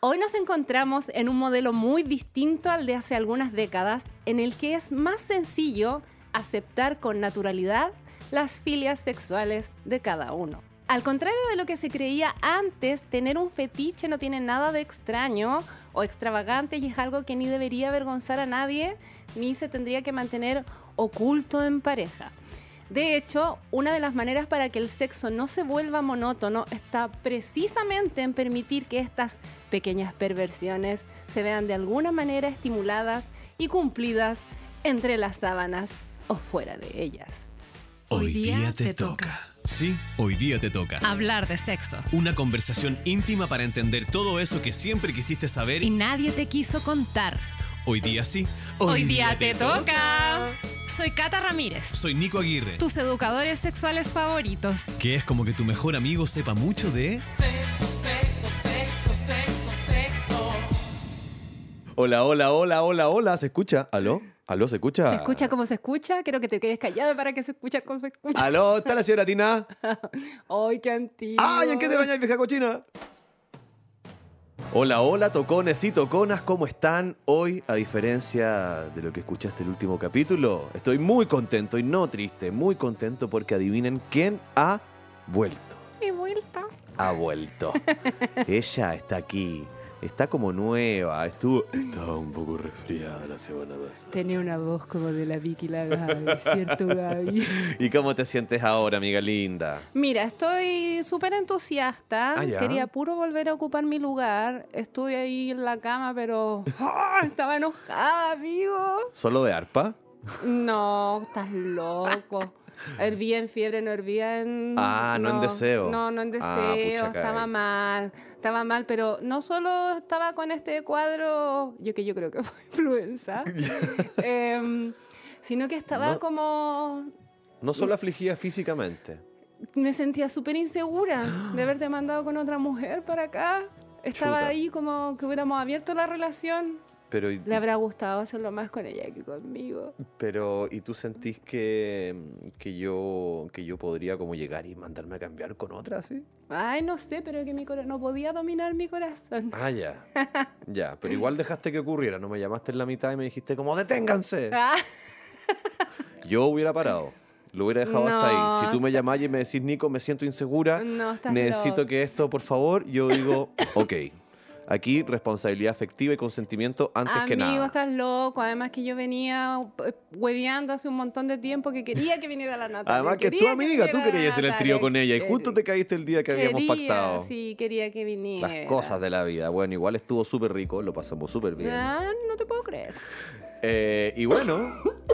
Hoy nos encontramos en un modelo muy distinto al de hace algunas décadas, en el que es más sencillo aceptar con naturalidad las filias sexuales de cada uno. Al contrario de lo que se creía antes, tener un fetiche no tiene nada de extraño o extravagante y es algo que ni debería avergonzar a nadie ni se tendría que mantener oculto en pareja. De hecho, una de las maneras para que el sexo no se vuelva monótono está precisamente en permitir que estas pequeñas perversiones se vean de alguna manera estimuladas y cumplidas entre las sábanas o fuera de ellas. Hoy día te toca. Sí, hoy día te toca. Ah. Hablar de sexo. Una conversación íntima para entender todo eso que siempre quisiste saber. Y nadie te quiso contar. Hoy día sí. Hoy, día, te, toca. Soy Cata Ramírez, Soy Nico Aguirre, tus educadores sexuales favoritos. que es como que tu mejor amigo sepa mucho de... Hola, hola, hola, hola, hola. ¿Se escucha? ¿Aló? ¿Aló? ¿Se escucha? ¿Se escucha como se escucha? Quiero que te quedes callado para que se escuche como se escucha. ¿Aló? ¿Está la señora Tina? ¡Ay, qué antiguo! ¡Ay, en qué te bañas, vieja cochina! Hola, hola, tocones y toconas, ¿cómo están? Hoy, a diferencia de lo que escuchaste el último capítulo, estoy muy contento y no triste, muy contento porque adivinen quién ha vuelto. He vuelto. ha vuelto. Ella está aquí. Está como nueva. Estuvo. Estaba un poco resfriada la semana pasada. Tenía una voz como de la Vicky la Gaby, ¿cierto, Gaby? ¿Y cómo te sientes ahora, amiga linda? Mira, estoy súper entusiasta. Ah, ya. Quería puro volver a ocupar mi lugar. Estuve ahí en la cama, pero ¡ah! estaba enojada, amigo. ¿Solo de arpa? No, estás loco. Hervía en fiebre, no hervía en... Ah, no en deseo. No, no en deseo. Ah, pucha, estaba caray. mal, estaba mal, pero no solo estaba con este cuadro, yo que yo creo que fue influenza, em, sino que estaba No. como... No solo afligida físicamente. me sentía súper insegura de haberte mandado con otra mujer para acá. Estaba Chuta. ahí como que hubiéramos abierto la relación. Pero, Le habrá gustado hacerlo más con ella que conmigo. pero ¿y tú sentís que, mm, que, yo, que yo podría como llegar y mandarme a cambiar con otra, sí? Ay, no sé, pero que mi cora- no podía dominar mi corazón. Ah, ya. ya, pero igual dejaste que ocurriera. No me llamaste en la mitad y me dijiste como deténganse. Ah, Yo hubiera parado. Lo hubiera dejado hasta ahí. Si tú me llamás y me decís, Nico, me siento insegura, No, estás necesito loco. que esto, por favor, yo digo, ok. Aquí, responsabilidad afectiva y consentimiento antes Ah, Amigo, que nada. estás loco. Además que yo venía eh, hueveando hace un montón de tiempo que quería que viniera la Natalia. Además que es tu quería amiga, tú viniera la querías hacer el trío Natalia, con ella y quer- justo te caíste el día que habíamos quería, pactado. Sí, quería que viniera. Las cosas de la vida. Bueno, igual estuvo súper rico, lo pasamos súper bien. Ah, no te puedo creer. Eh, y bueno,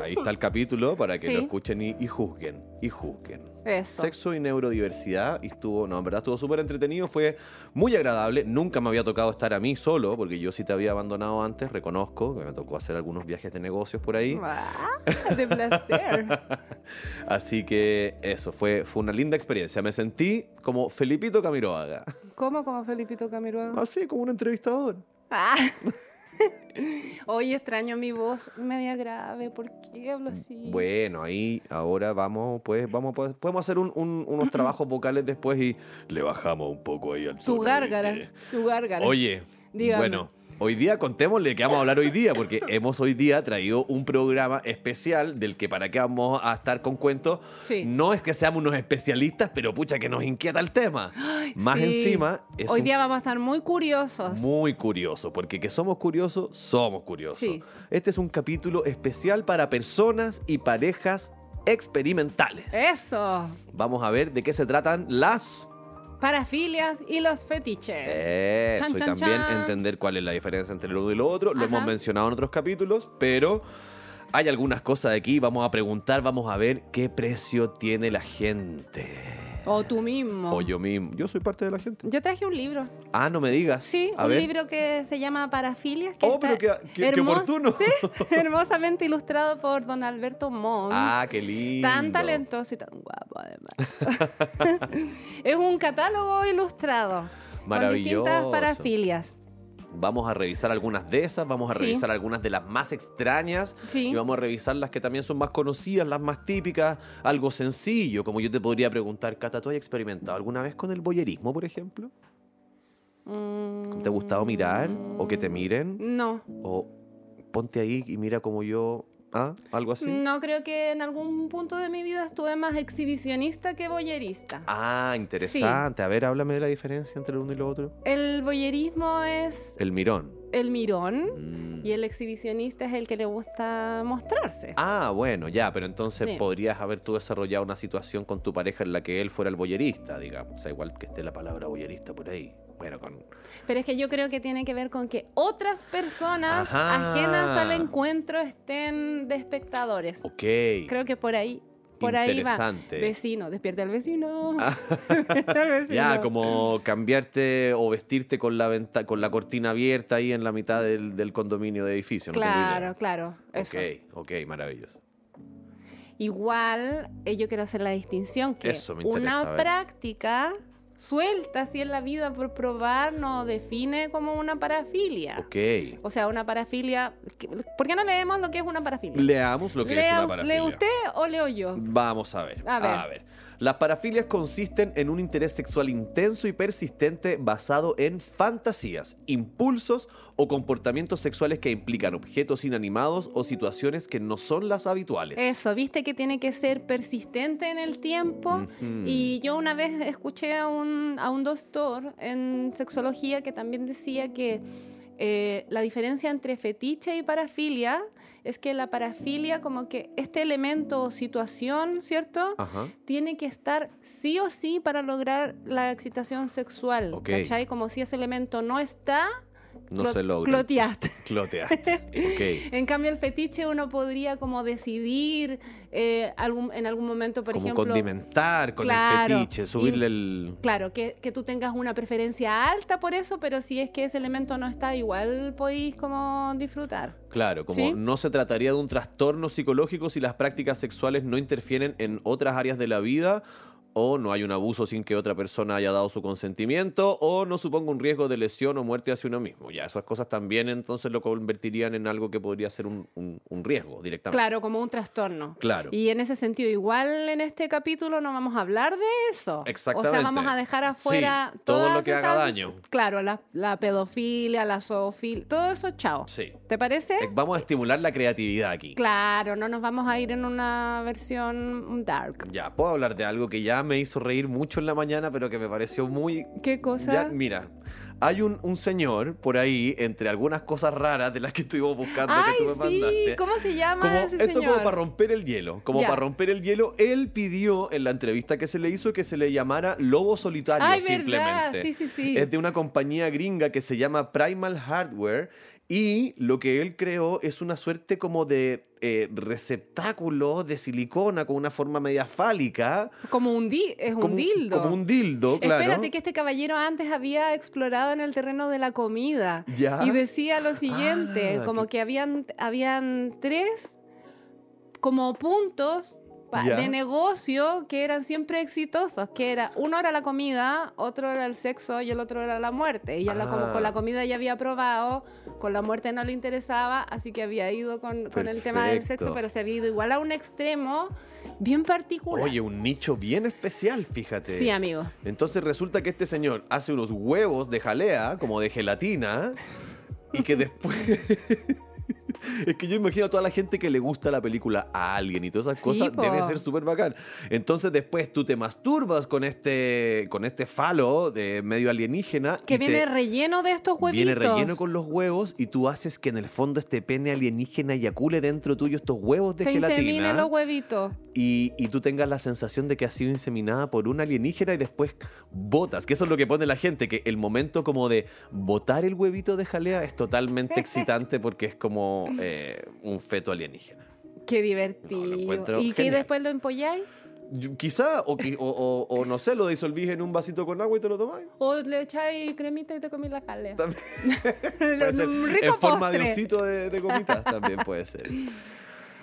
ahí está el capítulo para que Sí. lo escuchen y, y juzguen. Y juzguen. Eso. Sexo y neurodiversidad. Y estuvo, no, en verdad estuvo súper entretenido, fue muy agradable. Nunca me había tocado estar a mí solo, porque yo sí te había abandonado antes, reconozco, que me tocó hacer algunos viajes de negocios por ahí. Ah, de placer. Así que eso, fue, fue una linda experiencia. Me sentí como Felipito Camiroaga. ¿Cómo como Felipito Camiroaga? Así, como un entrevistador. Ah. Oye, extraño mi voz media grave. ¿Por qué hablo así? Bueno, ahí ahora vamos, pues, vamos, pues, podemos hacer un- un- unos trabajos vocales después y le bajamos un poco ahí al su tono, gárgara. ¿viste? Su gárgara. Oye, Dígame. bueno, hoy día contémosle que vamos a hablar hoy día, porque hemos hoy día traído un programa especial del que para qué vamos a estar con cuentos. Sí. No es que seamos unos especialistas, pero pucha que nos inquieta el tema. Más Sí. encima, es Hoy un día vamos a estar muy curiosos. muy curioso, porque que somos curiosos, somos curiosos. Sí. Este es un capítulo especial para personas y parejas experimentales. Eh. Eso. Vamos a ver de qué se tratan las... Parafilias y los fetiches. Eh. Eso, Chan, y chan, también chan. entender cuál es la diferencia entre el uno y lo otro. Lo Ajá. hemos mencionado en otros capítulos, pero hay algunas cosas de aquí. Vamos a preguntar, vamos a ver qué precio tiene la gente. O tú mismo. O yo mismo. Yo soy parte de la gente. Yo traje un libro. Ah, no me digas. Sí, a un ver. libro que se llama Parafilias. Que Oh, está pero qué- qué- qué hermos- oportuno. Sí, hermosamente ilustrado por don Alberto Mons. Ah, qué lindo. Tan talentoso y tan guapo, además. es un catálogo ilustrado. Con distintas Maravilloso. parafilias. Vamos a revisar algunas de esas, vamos a Sí. revisar algunas de las más extrañas Sí. y vamos a revisar las que también son más conocidas, las más típicas, algo sencillo, como yo te podría preguntar, Cata, ¿tú has experimentado alguna vez con el boyerismo, por ejemplo? ¿Te ha gustado mirar? ¿O que te miren? Mm. No. ¿O ponte ahí y mira como yo? ¿Ah? ¿Algo así? No creo que en algún punto de mi vida estuve más exhibicionista que boyerista. Ah, interesante. A ver, háblame de la diferencia entre el uno y lo otro. El boyerismo es El mirón. el mirón Mm. y el exhibicionista es el que le gusta mostrarse. Ah, bueno, ya, pero entonces Sí. podrías haber tú desarrollado una situación con tu pareja en la que él fuera el boyerista, digamos. O sea, igual que esté la palabra boyerista por ahí. Bueno, con... Pero es que yo creo que tiene que ver con que otras personas Ajá. ajenas al encuentro estén de espectadores. Ok. Creo que por ahí, por ahí va. Interesante. Vecino, despierta al vecino. Despierta al vecino. Ya, como cambiarte o vestirte con la venta con la cortina abierta ahí en la mitad del, del condominio de edificio. no tengo Claro, idea. claro. Eso. Ok, ok, maravilloso. Igual, eh, yo quiero hacer la distinción que Eso me interesa, a una ver. práctica suelta así en la vida por probar no define como una parafilia. Ok. O sea, una parafilia. ¿qué- ¿Por qué no leemos lo que es una parafilia? Leamos lo que Lea- es una parafilia. ¿Lee usted o leo yo? Vamos a ver, A a ver. ver. Las parafilias consisten en un interés sexual intenso y persistente basado en fantasías, impulsos o comportamientos sexuales que implican objetos inanimados o situaciones que no son las habituales. Eso, viste que tiene que ser persistente en el tiempo. Ujú. Y yo una vez escuché a un, a un doctor en sexología que también decía que eh, la diferencia entre fetiche y parafilia es que la parafilia, como que este elemento o situación, ¿cierto? Ajá. Tiene que estar sí o sí para lograr la excitación sexual. Ok. ¿Cachai? Como si ese elemento no está, No clo- se logra. cloteaste. Cloteaste. Ok. En cambio, el fetiche uno podría como decidir eh, algún, en algún momento, por Como ejemplo... condimentar con Claro. el fetiche, subirle el. Claro, que, que tú tengas una preferencia alta por eso, pero si es que ese elemento no está, igual podéis como disfrutar. Claro, como ¿Sí? no se trataría de un trastorno psicológico si las prácticas sexuales no interfieren en otras áreas de la vida o no hay un abuso sin que otra persona haya dado su consentimiento o no suponga un riesgo de lesión o muerte hacia uno mismo. Ya, esas cosas también entonces lo convertirían en algo que podría ser un, un- un riesgo directamente. Claro, como un trastorno. Claro. Y en ese sentido, igual en este capítulo no vamos a hablar de eso. Exactamente. O sea, vamos a dejar afuera Sí, todo todas lo que haga esas- daño. Claro, la, la pedofilia, la zoofilia, todo eso, chao. Sí. ¿Te parece? Eh, Vamos a estimular la creatividad aquí. Claro, no nos vamos a ir en una versión dark. Ya, puedo hablar de algo que ya me hizo reír mucho en la mañana, pero que me pareció muy ¿Qué Ya, cosa? mira, hay un, un señor por ahí, entre algunas cosas raras de las que estuvimos buscando Ay, que tú me sí, mandaste. ¿cómo se llama como- ese esto señor? como para romper el hielo. Como Ya. para romper el hielo, él pidió en la entrevista que se le hizo que se le llamara Lobo Solitario Ay, verdad, simplemente. sí, sí, sí. Es de una compañía gringa que se llama Primal Hardware y lo que él creó es una suerte como de eh, receptáculo de silicona con una forma media fálica. Como un, di es un como, dildo. Como un dildo, claro. Espérate que este caballero antes había explorado en el terreno de la comida Ya. y decía lo siguiente, Ah, como que habían, habían tres como puntos pa- Ya. de negocio que eran siempre exitosos, que era uno era la comida, otro era el sexo y el otro era la muerte. Y ya la- como Ah. con la comida ya había probado, con la muerte no le interesaba, así que había ido con, con el tema del sexo, Perfecto. pero se había ido igual a un extremo bien particular. Oye, un nicho bien especial, fíjate. sí, amigo. Entonces resulta que este señor hace unos huevos de jalea, como de gelatina, y que después... Es que yo imagino a toda la gente que le gusta la película a alguien y todas esas Sí, cosas po. debe ser súper bacán. Entonces después tú te masturbas con este con este falo de medio alienígena Que y te- viene relleno de estos huevitos. Viene relleno con los huevos y tú haces que en el fondo este pene alienígena eyacule dentro tuyo estos huevos de Te gelatina insemine los huevitos. y, y tú tengas la sensación de que has sido inseminada por un alienígena y después botas, que eso es lo que pone la gente, que el momento como de botar el huevito de jalea es totalmente excitante porque es como eh, un feto alienígena. Qué divertido. encuentro ¿Y que genial. después lo empolláis? Yo- quizá, o, qui- o- o- o no sé, lo disolvís en un vasito con agua y te lo tomáis. ¿O le echáis cremita y te comís la jalea? También Un puede ser. rico en forma de postre. osito de, de gomitas también puede ser.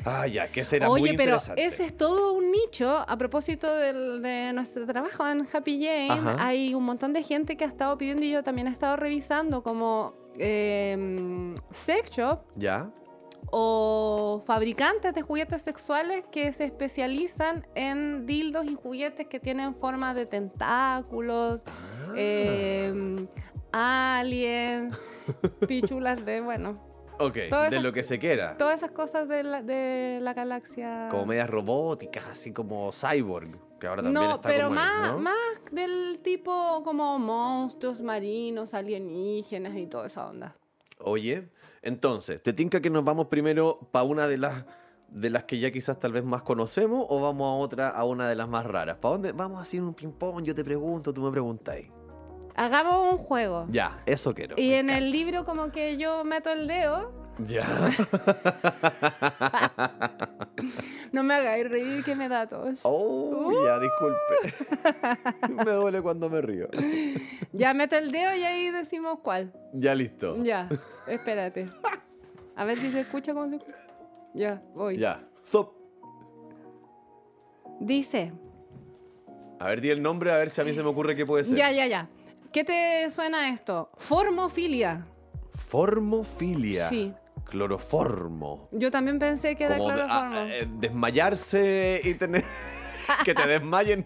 Ah, ya, que será muy Oye, pero interesante. ese es todo un nicho. A propósito del- de nuestro trabajo en Happy Jane, Ajá. hay un montón de gente que ha estado pidiendo y yo también he estado revisando como eh, sex shop ¿Ya? o fabricantes de juguetes sexuales que se especializan en Ah. dildos y juguetes que tienen forma de tentáculos, eh, aliens, pichulas de, bueno, Ok, Todas de esas- lo que se quiera. todas esas cosas de la, de la galaxia. Como medias robóticas, así como cyborg, que ahora también No, está pero como en- más, ¿no? más del tipo como monstruos marinos, alienígenas y toda esa onda. Oye, entonces, ¿te tinca que nos vamos primero para una de las de las que ya quizás tal vez más conocemos o vamos a otra, a una de las más raras? ¿Para dónde? Vamos a hacer un ping-pong, yo te pregunto, tú me preguntáis. Hagamos un juego. Ya, eso quiero. Y me en el encanta. libro como que yo meto el dedo. Ya. No me hagáis reír que me da tos. Oh, Uh. ya, disculpe. me duele cuando me río. Ya meto el dedo y ahí decimos cuál. Ya listo. Ya, espérate. A ver si se escucha como se escucha. Ya, voy. Ya. Stop. Dice. A ver, di el nombre, a ver si a mí se me ocurre qué puede ser. Ya, ya, ya. ¿Qué te suena esto? Formofilia. Formofilia. Sí. Cloroformo. Yo también pensé que era Como de- ah, cloroformo. eh, desmayarse y tener. que te desmayen.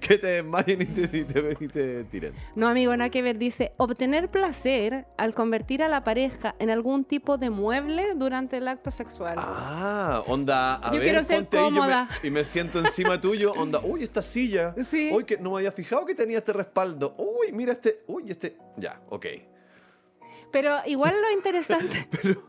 Que te desmayen y te, y te- y te tiren. No, amigo, nada que ver. Dice, obtener placer al convertir a la pareja en algún tipo de mueble durante el acto sexual. Ah, onda. A Yo ver, quiero ser ponte ahí, yo me- cómoda. y me siento encima tuyo. Onda, uy, esta silla. Sí. Uy, que no me había fijado que tenía este respaldo. Uy, mira este. Uy, este. Ya, ok. Pero igual lo interesante...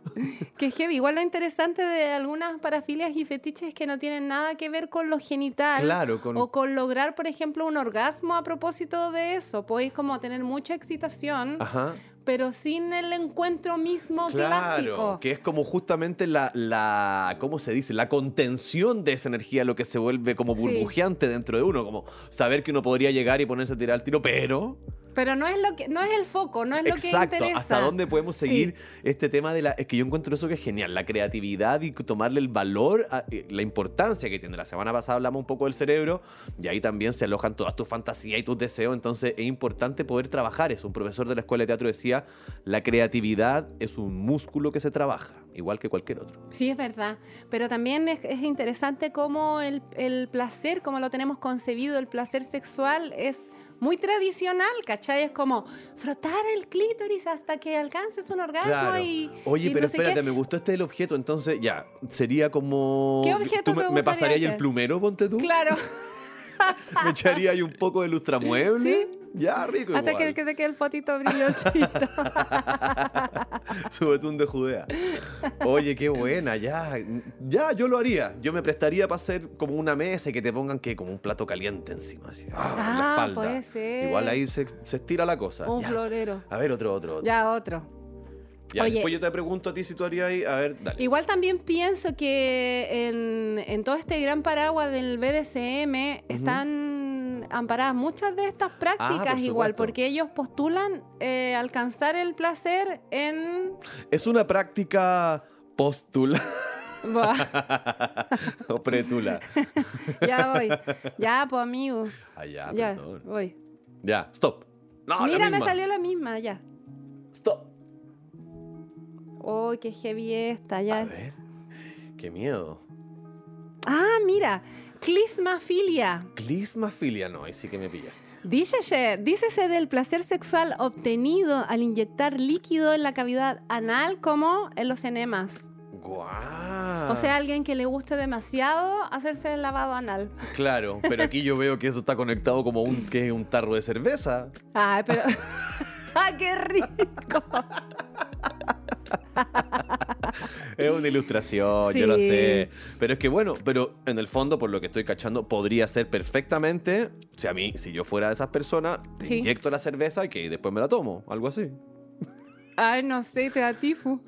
Que heavy, igual lo interesante de algunas parafilias y fetiches es que no tienen nada que ver con lo genital. Claro, con- O con lograr, por ejemplo, un orgasmo a propósito de eso. Podéis como tener mucha excitación, Ajá. pero sin el encuentro mismo clásico. que es como justamente la, la, ¿cómo se dice? La contención de esa energía, lo que se vuelve como Sí. burbujeante dentro de uno, como saber que uno podría llegar y ponerse a tirar al tiro, pero... Pero no es, lo que, no es el foco, no es lo que Exacto, interesa. hasta dónde podemos seguir este tema de la... Es que yo encuentro eso que es genial, la creatividad y tomarle el valor, a- eh, la importancia que tiene. La semana pasada hablamos un poco del cerebro y ahí también se alojan todas tus fantasías y tus deseos, entonces es importante poder trabajar eso. Un profesor de la escuela de teatro decía, la creatividad es un músculo que se trabaja, igual que cualquier otro. Sí, es verdad. Pero también es, es interesante cómo el, el placer, como lo tenemos concebido, el placer sexual es muy tradicional, ¿cachai? Es como frotar el clítoris hasta que alcances un orgasmo Claro. y. Oye, y pero no sé qué. espérate, me gustó este del objeto, entonces ya, sería como... ¿Qué objeto ¿Tú te me, me gustaría pasaría ahí el hacer? plumero, ponte tú? Claro, ¿Me echaría ahí un poco de lustramueble? Sí. Ya, rico hasta igual. que, que te quede el fotito brillosito. Sobre de Judea. Oye, qué buena, ya. Ya, yo lo haría. Yo me prestaría para hacer como una mesa y que te pongan que como un plato caliente encima. así, ah, en la Ah, espalda. puede ser. Igual ahí se, se estira la cosa. un Ya. florero. A ver, otro, otro, otro. Ya. Ya, otro. Oye. Después yo te pregunto a ti si tú harías ahí. A ver, dale. Igual también pienso que en, en todo este gran paraguas del BDSM están amparadas muchas de estas prácticas igual, Ah, supuesto. porque ellos postulan eh, alcanzar el placer en... Es una práctica postula Buah, o pretula. ya voy, ya, pues amigo, Allá, ya, Ah, perdón. voy. Ya, stop. No, la Mira, me misma. salió la misma, ya. Stop. Oh, qué heavy esta, A ya. ver. Qué miedo. Ah, mira, clismafilia. Clismafilia, no, ahí sí que me pillaste. Dícese, dícese del placer sexual obtenido al inyectar líquido en la cavidad anal como en los enemas. Guau. O sea, alguien que le guste demasiado hacerse el lavado anal. Claro, pero aquí yo veo que eso está conectado como un, que es un tarro de cerveza. Ay, pero... ¡Ah, qué rico! Es una ilustración, yo lo Sí. sé. Pero es que bueno, pero en el fondo, por lo que estoy cachando, podría ser perfectamente, si a mí, si yo fuera de esas personas, te Sí. inyecto la cerveza y que después me la tomo, algo así. Ay, no sé, te da tifus.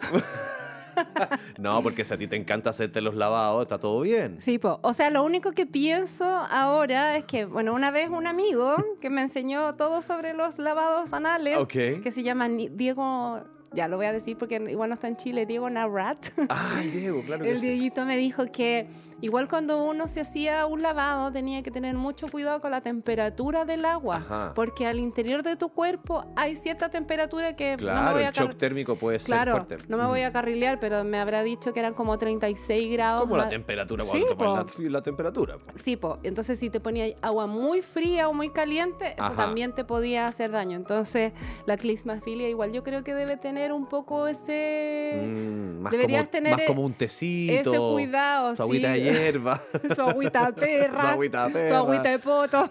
No, porque si a ti te encanta hacerte los lavados, está todo bien. Sí, po. o sea, lo único que pienso ahora es que, bueno, una vez un amigo que me enseñó todo sobre los lavados anales, Ok. que se llama Ni- Diego ya lo voy a decir porque igual no está en Chile, Diego Narrat. Ah, Diego, claro que El sí. Dieguito me dijo que igual cuando uno se hacía un lavado tenía que tener mucho cuidado con la temperatura del agua, Ajá. porque al interior de tu cuerpo hay cierta temperatura que no me Claro, voy a el shock car- térmico puede Claro, ser fuerte. Mm. no me voy a carrilear, pero me habrá dicho que eran como 36 grados. Como la más- temperatura, Sí, cuando tomas po. la, la temperatura. Sí, po. entonces si te ponía agua muy fría o muy caliente, eso Ajá. también te podía hacer daño. Entonces la clismafilia igual yo creo que debe tener un poco ese, Mm, más Deberías como, tener más e- como un tecito. ese cuidado. Su agüita sí. de hierba. su agüita perra. Mm. Su agüita perra. Su agüita de poto.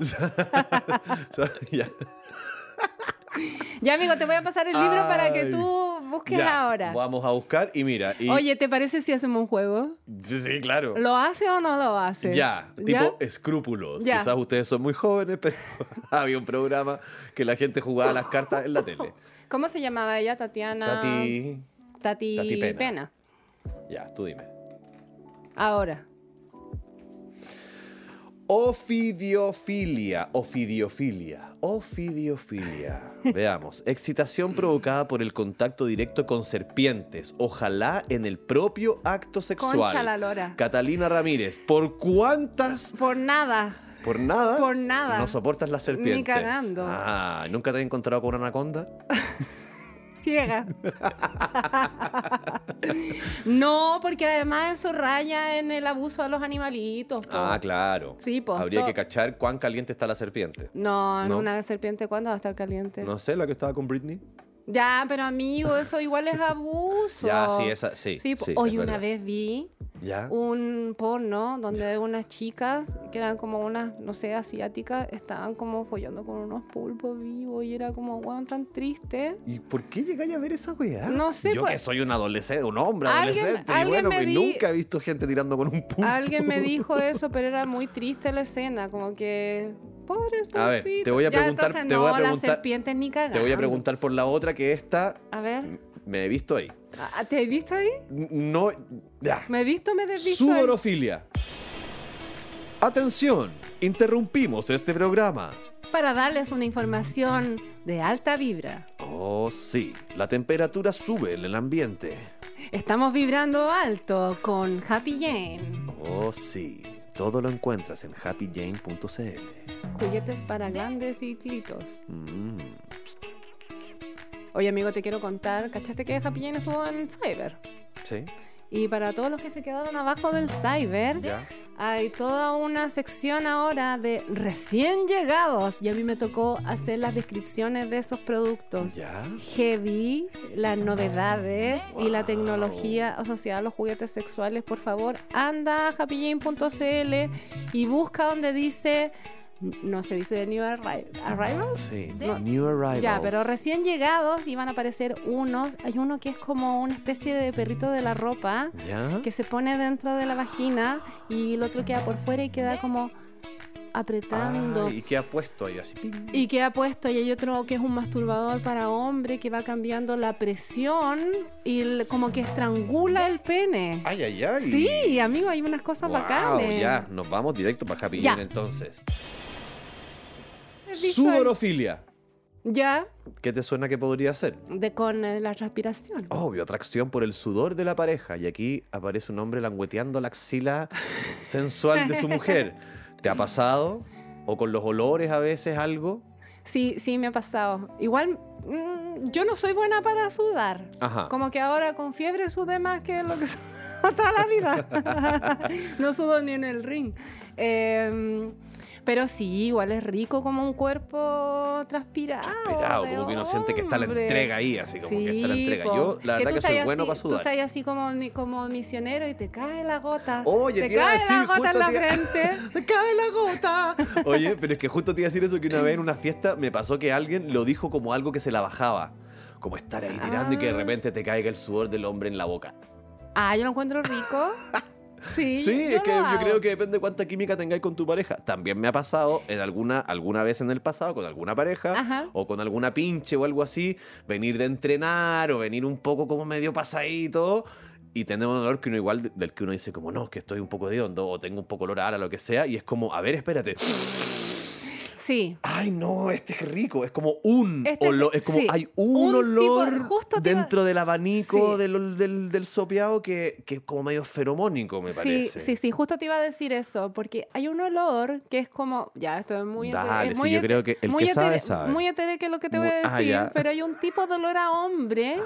Su- ya. Ya, amigo, te voy a pasar el libro para que Ay. tú busques Ya, ahora. Vamos a buscar y mira. y- Oye, ¿te parece si hacemos un juego? Sí, claro. ¿Lo hace o no lo hace? Ya, tipo eh, escrúpulos. Ya. Quizás ustedes son muy jóvenes, pero había un programa que la gente jugaba las cartas en la tele. ¿Cómo se llamaba ella? Tatiana. Tati. Tati Tati Pena. Pena. Ya, tú dime. Ahora. Ofidiofilia, ofidiofilia, ofidiofilia. Veamos, excitación provocada por el contacto directo con serpientes, ojalá en el propio acto sexual. Concha la lora. Catalina Ramírez, ¿por cuántas? Por nada. ¿Por nada? Por nada. No soportas las serpientes. Ni cagando. Ah, ¿nunca te has encontrado con una anaconda? Ciega. no, porque además eso raya en el abuso a los animalitos. po. Ah, claro. Sí, pues, Habría to- que cachar cuán caliente está la serpiente. No, en No. una serpiente, ¿cuándo va a estar caliente? No sé, la que estaba con Britney. Ya, pero amigo, eso igual es abuso. Ya, sí, esa- sí, Sí, po- sí, es Oye, una verdad. vez vi Ya. un porno donde unas chicas, que eran como unas, no sé, asiáticas, estaban como follando con unos pulpos vivos y era como, weón, tan triste. ¿Y por qué llegáis a ver esa weá? No sé, Yo pues- que soy un adolescente, un hombre Alguien- adolescente. y alguien bueno, me que di- nunca he visto gente tirando con un pulpo. Alguien me dijo eso, pero era muy triste la escena, como que... Pobres A ver, pulpitos". te voy a Ya, preguntar- entonces, te voy a no, las preguntar- serpientes ni cagando. Te voy a preguntar por la otra que esta A ver, me he visto ahí. ¿a- ¿te he visto ahí? N- No, ya. ¿Me he visto? ¿Me he desvisto? ahí? Sudorofilia. Atención, interrumpimos este programa. Para darles una información de alta vibra. Oh, sí, la temperatura sube en el ambiente. Estamos vibrando alto con Happy Jane. Oh, sí, todo lo encuentras en happyjane.cl. Juguetes para grandes y clitos. Mm. Oye, amigo, te quiero contar. ¿Cachaste que Happy Jane estuvo en Cyber? Sí, Y para todos los que se quedaron abajo del Cyber, ya. hay toda una sección ahora de recién llegados. Y a mí me tocó hacer las descripciones de esos productos. Ya. Heavy, las novedades y la Wow. tecnología asociada a los juguetes sexuales, por favor, anda a happyjane.cl y busca donde dice, no se dice New Arri- Arrivals. Sí, No. New Arrivals. Ya, pero recién llegados y van a aparecer unos. Hay uno que es como una especie de perrito de la ropa ¿Ya? que se pone dentro de la vagina y el otro queda por fuera y queda como apretando. Ah, ¿Y qué ha puesto ahí así? ping? Y que ha puesto, y hay otro que es un masturbador para hombre que va cambiando la presión y el- como que estrangula el pene. Ay, ay, ay. Sí, amigo, hay unas cosas Wow, bacanas. Ya, nos vamos directo para Happy Ya. Jane entonces. ¿Has visto Sudorofilia. el- Ya, ¿Qué te suena que podría ser? de con eh, la respiración. Obvio, atracción por el sudor de la pareja. Y aquí aparece un hombre langueteando la axila sensual de su mujer. ¿Te ha pasado? ¿O con los olores a veces algo? Sí, sí, me ha pasado. Igual, mm, yo no soy buena para sudar. Ajá. Como que ahora con fiebre sudé más que lo que sudo toda la vida. no sudo ni en el ring. Eh, pero sí, igual es rico como un cuerpo transpirado. Esperado, de como que uno siente que está la hombre. entrega ahí, así como que está la Sí, entrega. po. Yo, la verdad tú que soy estás bueno así- para Tú estás sudar. así como, ni- como misionero y te cae la gota. Oye, te te iba a cae decir, la gota justo en la te iba- frente. ¡Me cae la gota! Oye, pero es que justo te iba a decir eso que una vez en una fiesta me pasó que alguien lo dijo como algo que se la bajaba. Como estar ahí tirando y que de Ah. repente te caiga el sudor del hombre en la boca. Ah, yo lo encuentro rico. Sí, Sí, yo es que lo yo hago. creo que depende de cuánta química tengáis con tu pareja. También me ha pasado en alguna, alguna vez en el pasado con alguna pareja Ajá. o con alguna pinche o algo así, venir de entrenar o venir un poco como medio pasadito y tener un olor que uno igual de- del que uno dice como no, es que estoy un poco de hondo o tengo un poco olor a ala, lo que sea y es como, a ver, espérate. Sí. Ay, no, este es rico. Es como un Este es- olor. Es como sí, hay un, un tipo- olor justo te iba- dentro del abanico Sí. del, del, del sopeado que, que es como medio feromónico, me Sí, parece. sí, sí, justo te iba a decir eso, porque hay un olor que es como, ya, esto es muy... ete- Dale, es sí, muy yo ete- creo que el muy que sabe, ete- sabe. Muy ete- que es lo que te voy Muy- a ah, decir, ya. Ah, pero hay un tipo de olor a hombre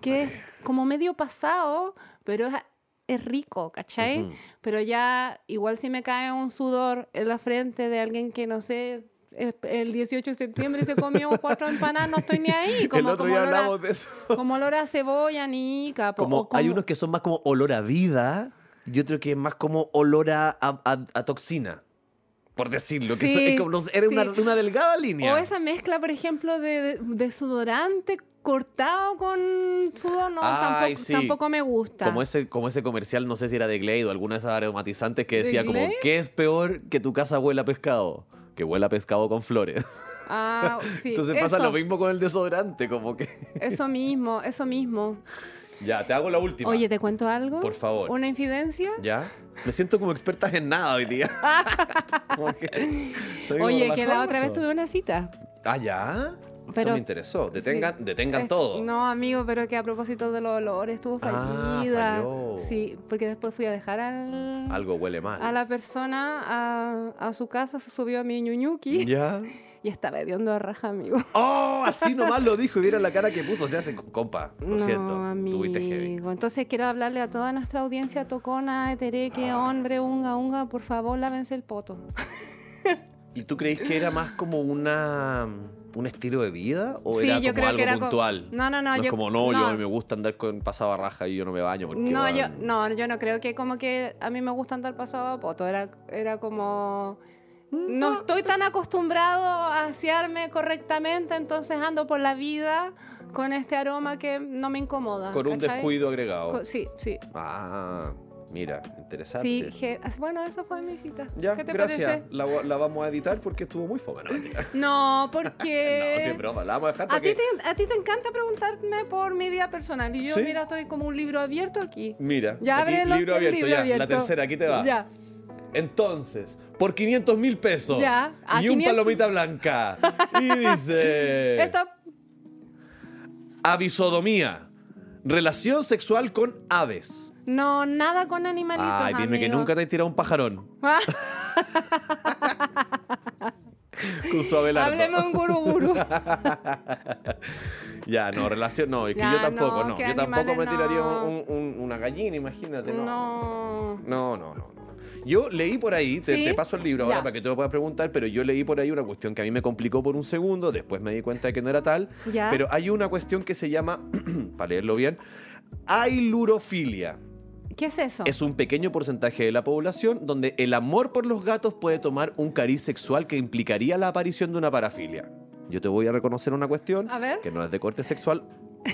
que es como medio pasado, pero es, es rico, ¿cachai? Ujú. Pero ya, igual si me cae un sudor en la frente de alguien que, no sé, es- el 18 de septiembre se comió cuatro empanadas, no estoy ni ahí. Como, el otro como día olor a- hablamos de eso. Como olor a cebolla, ni capo. Como, hay unos que son más como olor a vida y otro que es más como olor a, a- a- a toxina. Por decirlo, que eso Sí, es como, no sé, era una, sí. una delgada línea. O esa mezcla, por ejemplo, de de- desodorante cortado con sudor, no, Ay, tampoco, sí. tampoco me gusta. Como ese, como ese comercial, no sé si era de Glade o alguna de esas aromatizantes que ¿De decía como, Glade? ¿qué es peor que tu casa huela a pescado? Que huela a pescado con flores. Ah, sí, Entonces eso, pasa lo mismo con el desodorante, como que... Eso mismo, eso mismo. ya, te hago la última. Oye, ¿te cuento algo? Por favor. ¿Una infidencia? ¿Ya? Me siento como experta en nada hoy día. Como que estoy como Oye, que la relajado. otra vez tuve una cita. Ah, ¿ya? Esto Pero- me interesó. Detengan, Sí. detengan Es- todo. No, amigo, pero que a propósito de los olores estuvo Ah, fallida. falló. Sí, porque después fui a dejar al, Algo huele mal. a la persona a, a su casa, se subió a mi ñuñuki ¿Ya? y estaba hediondo a raja, amigo. ¡Oh! Así nomás lo dijo y vieron la cara que puso. O sea, se- compa, lo no, siento. Amigo. Tuviste heavy. Entonces quiero hablarle a toda nuestra audiencia tocona, etereque, hombre, unga, unga, por favor, lávense el poto. ¿Y tú creís que era más como una un estilo de vida o Sí, era yo como creo que algo era co- puntual? No, no, no, es yo- como no, yo no. a mí me gusta andar con pasado a raja y yo no me baño porque No, yo, van- no, yo no creo que como que a mí me gusta andar pasado a poto. Era, era como... No estoy tan acostumbrado a asearme correctamente, entonces ando por la vida con este aroma que no me incomoda. con un ¿cachai? descuido agregado. Co- sí, sí. Ah, mira, interesante. Sí, je- ah, bueno, eso fue mi cita. Ya, ¿Qué te gracias. parece? La, vo- la vamos a editar porque estuvo muy fome. No, mentira. No, no, porque... sí, es broma. La vamos a dejar A Ah, porque... ti, te, a ti te encanta preguntarme por mi vida personal y yo, Sí. mira, estoy como un libro abierto aquí. Mira, Ya aquí, abre los- libro el abierto, libro ya, la abierto. tercera, aquí te va. Ya. Entonces, por 500 mil pesos Ya, a y un 500. palomita blanca. Y dice... Stop. Avisodomía. Relación sexual con aves. No, nada con animalitos. Ay, dime que amigo. nunca te has tirado un pajarón. Ah, Con su abelardo. Hábleme un guruguru. Ya, no, relación no. Es que Ya, yo tampoco, no, no. que Yo tampoco me animales, tiraría no. un- un- una gallina, imagínate, no. No. No, no, no. no. Yo leí por ahí, te, ¿Sí? te paso el libro Ya. ahora para que tú me puedas preguntar, pero yo leí por ahí una cuestión que a mí me complicó por un segundo, después me di cuenta de que no era tal, Ya. pero hay una cuestión que se llama, para leerlo bien, ailurofilia. ¿Qué es eso? Es un pequeño porcentaje de la población donde el amor por los gatos puede tomar un cariz sexual que implicaría la aparición de una parafilia. Yo te voy a reconocer una cuestión A ver. que no es de corte sexual